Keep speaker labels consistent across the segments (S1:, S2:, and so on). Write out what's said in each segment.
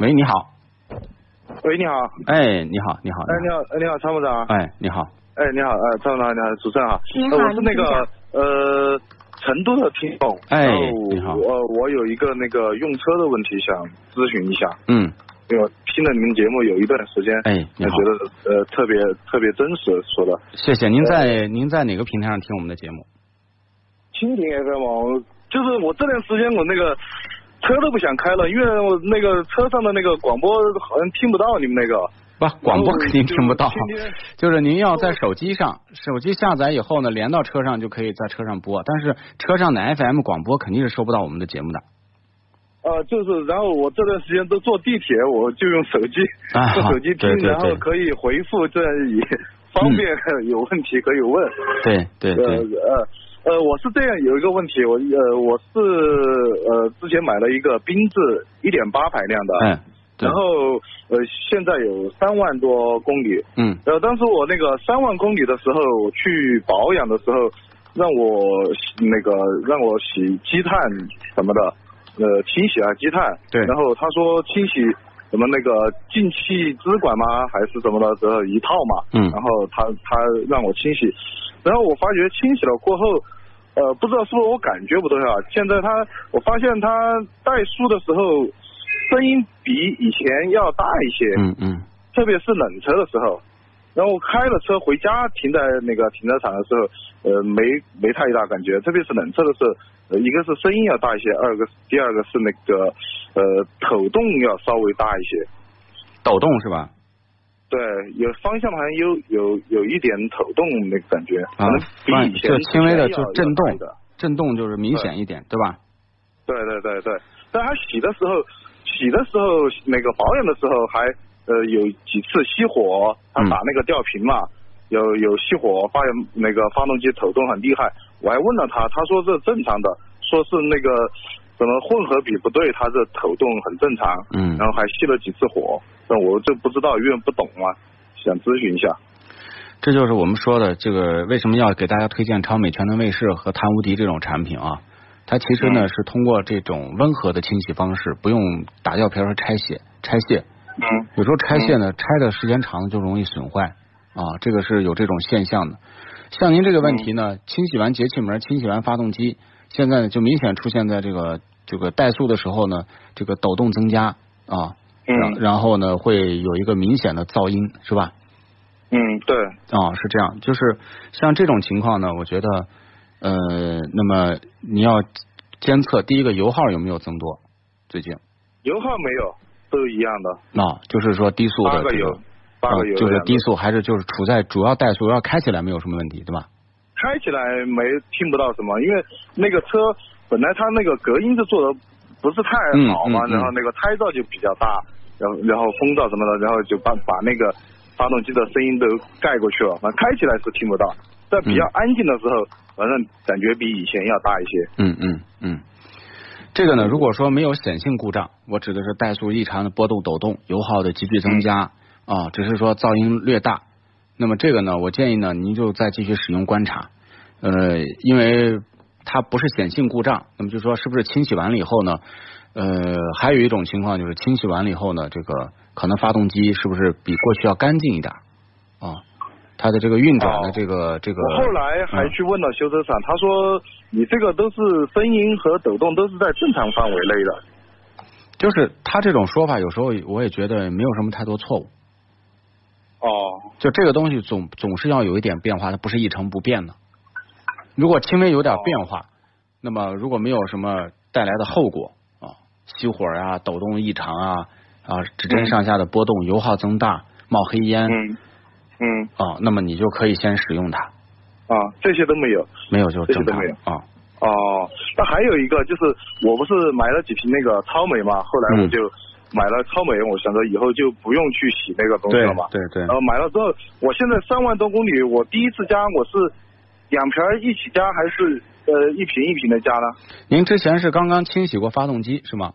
S1: 喂，你好，
S2: 喂，你好，
S1: 哎，你好，你好，
S2: 哎，你好，哎，你好，参谋长，
S1: 哎，你好，
S2: 哎，你好，呃，参谋长，你好，主持人好，
S3: 您
S2: 呃
S3: 好
S2: 我是那个呃成都的听众，
S1: 哎
S2: 然后
S1: 你好
S2: 我我有一个那个用车的问题想咨询一下，
S1: 嗯，
S2: 因为我听了你们节目有一段时间，
S1: 哎你
S2: 我
S1: 好
S2: 觉得呃特别特别真实说的，
S1: 谢谢您在
S2: 哎
S1: 您在哪个平台上听我们的节目？
S2: 蜻蜓 FM，我就是我这段时间我那个车都不想开了，因为我那个车上的那个广播好像听不到你们那个。
S1: 不，广播肯定听不到
S2: 天呃天，
S1: 就是您要在手机上，手机下载以后呢，连到车上就可以在车上播，但是车上的 FM 广播肯定是收不到我们的节目的。
S2: 呃，就是，然后我这段时间都坐地铁，我就用手机，
S1: 啊
S2: 用手机听，
S1: 对对对嗯
S2: 然后可以回复，这样也方便、有问题可以问。
S1: 对对
S2: 呃
S1: 对，
S2: 呃呃，我是这样有一个问题，我呃我是呃之前买了一个缤智一点八排量的，
S1: 哎，对
S2: 然，后呃现在有三万多公里，
S1: 嗯
S2: 呃，当时我那个三万公里的时候我去保养的时候，让我洗那个让我洗积碳什么的，呃，清洗啊积碳。
S1: 对
S2: 然后他说清洗什么那个进气支管吗，还是什么的，然后一套嘛。
S1: 嗯
S2: 然后他他让我清洗，然后我发觉清洗了过后，呃，不知道是不是我感觉不对啊？现在它，我发现它怠速的时候，声音比以前要大一些，
S1: 嗯嗯，
S2: 特别是冷车的时候。然后我开了车回家，停在那个停车场的时候，呃，没没太大感觉，特别是冷车的时候，呃一个是声音要大一些，二个第二个是那个呃抖动要稍微大一些。
S1: 抖动是吧？
S2: 对，有方向盘有有有一点抖动那个感觉，可
S1: 啊
S2: 能，比以前
S1: 就轻微的
S2: 之
S1: 就
S2: 前要
S1: 震
S2: 要大
S1: 动
S2: 的。，
S1: 震动就是明显一点，对吧？
S2: 对对对对，但他洗的时候，洗的时候那个保养的时候还呃有几次熄火，他打那个吊瓶嘛，有有熄火，发现那个发动机抖动很厉害，我还问了他，他说这正常的，说是那个什么混合比不对，他这抖动很正常，
S1: 嗯
S2: 然后还熄了几次火，但我就不知道，因为不懂嘛，想咨询一下。
S1: 这就是我们说的这个为什么要给大家推荐超美全能卫士和碳无敌这种产品啊？它其实呢是通过这种温和的清洗方式，不用打吊瓶和拆卸拆卸。
S2: 嗯
S1: 有时候拆卸呢，拆的时间长了就容易损坏啊，这个是有这种现象的。像您这个问题
S2: 嗯
S1: 呢，清洗完节气门，清洗完发动机，现在呢就明显出现在这个这个怠速的时候呢，这个抖动增加啊，然
S2: 嗯
S1: 然后呢会有一个明显的噪音，是吧？
S2: 嗯，对，
S1: 啊、是这样，就是像这种情况呢，我觉得，呃，那么你要监测第一个油耗有没有增多，最近，
S2: 油耗没有，都一样的，
S1: 那、就是说低速
S2: 八
S1: 的
S2: 个
S1: 这
S2: 油
S1: 个，，
S2: 八
S1: 啊
S2: 个油、
S1: 就是低速还是就是处在主要怠速，要开起来没有什么问题，对吧？
S2: 开起来没听不到什么，因为那个车本来它那个隔音就做的不是太好嘛，
S1: 嗯嗯嗯嗯
S2: 然后那个胎噪就比较大，然后然后风噪什么的，然后就把把那个发动机的声音都盖过去了，反正开起来是听不到，在比较安静的时候，反正感觉比以前要大一些。
S1: 嗯嗯嗯。这个呢，如果说没有显性故障，我指的是怠速异常的波动抖动，油耗的急剧增加
S2: 嗯
S1: 啊，只是说噪音略大。那么这个呢，我建议呢，您就再继续使用观察，呃，因为它不是显性故障，那么就说是不是清洗完了以后呢，呃，还有一种情况就是清洗完了以后呢，这个可能发动机是不是比过去要干净一点啊？它的这个运转的
S2: 哦
S1: 这个、这个，
S2: 我后来还去问了修车厂，他说你这个都是声音和抖动都是在正常范围内的。
S1: 就是他这种说法，有时候我也觉得没有什么太多错误。
S2: 哦，
S1: 就这个东西总总是要有一点变化，它不是一成不变的。如果轻微有点变化，那么如果没有什么带来的后果啊，熄火啊、抖动异常啊、啊指针上下的波动、油耗增大、冒黑烟
S2: 嗯嗯
S1: 啊，那么你就可以先使用它
S2: 啊，这些都没有。
S1: 没有就是正常
S2: 这些都
S1: 啊。
S2: 哦，那还有一个就是，我不是买了几瓶那个超美嘛，后来我
S1: 嗯
S2: 就买了超美，我想着以后就不用去洗那个东西
S1: 对
S2: 了嘛。
S1: 对对
S2: 然，后买了之后，我现在三万多公里，我第一次加我是两瓶儿一起加还是呃一瓶一瓶的加呢？
S1: 您之前是刚刚清洗过发动机是吗？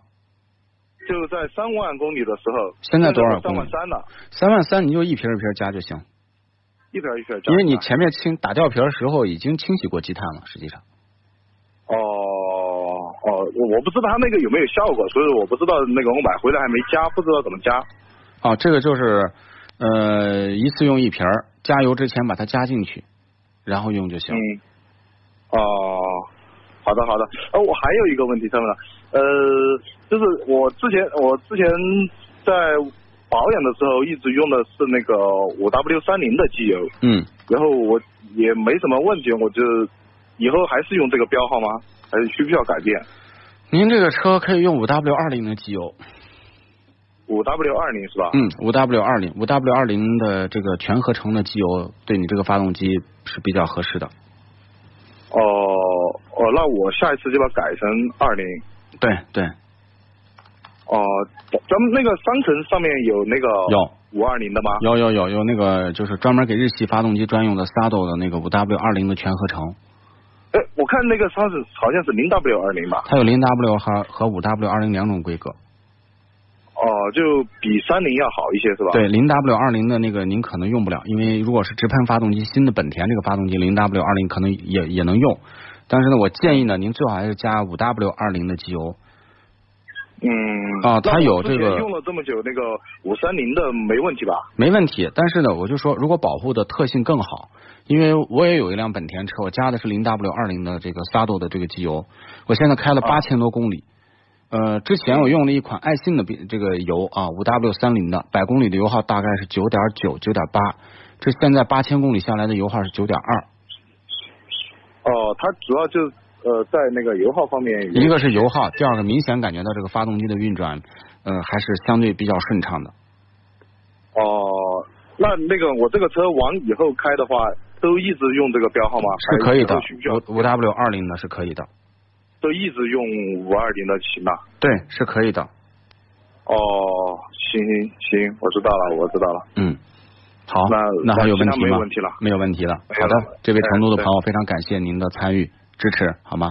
S2: 就在三万公里的时候，
S1: 现在多少
S2: 三万
S1: 公里
S2: 三了，
S1: 三万三，你就一瓶一瓶加就行，
S2: 一瓶儿一瓶儿加。
S1: 因为你前面清打掉瓶儿的时候已经清洗过积碳了，实际上。
S2: 哦哦，我我不知道它那个有没有效果，所以我不知道那个我买回来还没加，不知道怎么加。
S1: 啊，这个就是呃一次用一瓶儿，加油之前把它加进去，然后用就行。
S2: 嗯。哦，好的好的。呃，我还有一个问题，上面了，呃，就是我之前我之前在保养的时候一直用的是那个五 W 三零的机油，
S1: 嗯，
S2: 然后我也没什么问题，我就以后还是用这个标号吗？还是需不需要改变？
S1: 您这个车可以用五 W 二零的机油，
S2: 五 W 二零是吧？
S1: 嗯，五 W 二零，五 W 二零的这个全合成的机油对你这个发动机是比较合适的。
S2: 哦哦，那我下一次就把它改成二零。
S1: 对对，
S2: 哦，咱咱们那个商城上面有那个
S1: 有
S2: 五二零的吗？
S1: 有有有有那个就是专门给日系发动机专用的 Sado 的那个五 W 二零的全合成，
S2: 哎，我看那个商城好像是零 W 二零吧？
S1: 它有零 W 和和五 W 二零两种规格。
S2: 哦，就比三菱要好一些是吧？。
S1: 对，零 W 二零的那个您可能用不了，因为如果是直喷发动机，新的本田这个发动机零 W 二零可能也也能用，但是呢，我建议呢，您最好还是加五 W 二零的机油。
S2: 嗯。
S1: 啊它
S2: 那我
S1: 有
S2: 之前
S1: 这个
S2: 用了这么久，那个五三零的没问题吧？
S1: 没问题，但是呢，我就说，如果保护的特性更好，因为我也有一辆本田车，我加的是零 W 二零的这个 Sado 的这个机油，我现在开了八千多公里。呃，之前我用了一款爱信的比这个油啊，五 W 三零的，百公里的油耗大概是九点九、九点八，这现在八千公里下来的油耗是九点二，
S2: 哦，它主要就呃在那个油耗方面有。
S1: 一个是油耗，第二个明显感觉到这个发动机的运转，呃，还是相对比较顺畅的。
S2: 哦，那那个我这个车往以后开的话，都一直用这个标号吗？
S1: 是可以的
S2: 还是以后需不需要，
S1: 五五 W 二零的是可以的，
S2: 都一直用五二零的行吗？
S1: 对，是可以的，
S2: 哦，行行行，我知道了，我知道了。
S1: 嗯，好，
S2: 那
S1: 那还有问
S2: 那其
S1: 题
S2: 他没
S1: 吗？
S2: 有问题了
S1: 没有问题了。
S2: 没有
S1: 好的
S2: 了，
S1: 这位成都的
S2: 哎
S1: 朋友，非常感谢您的参与支持，好吗？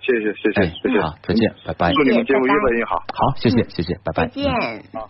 S2: 谢谢谢谢
S1: 哎
S2: 谢谢，，嗯
S1: 好，再见，拜拜。哎
S2: 祝你们节目越办越好。
S1: 好，谢谢，谢谢，拜拜。
S3: 再见。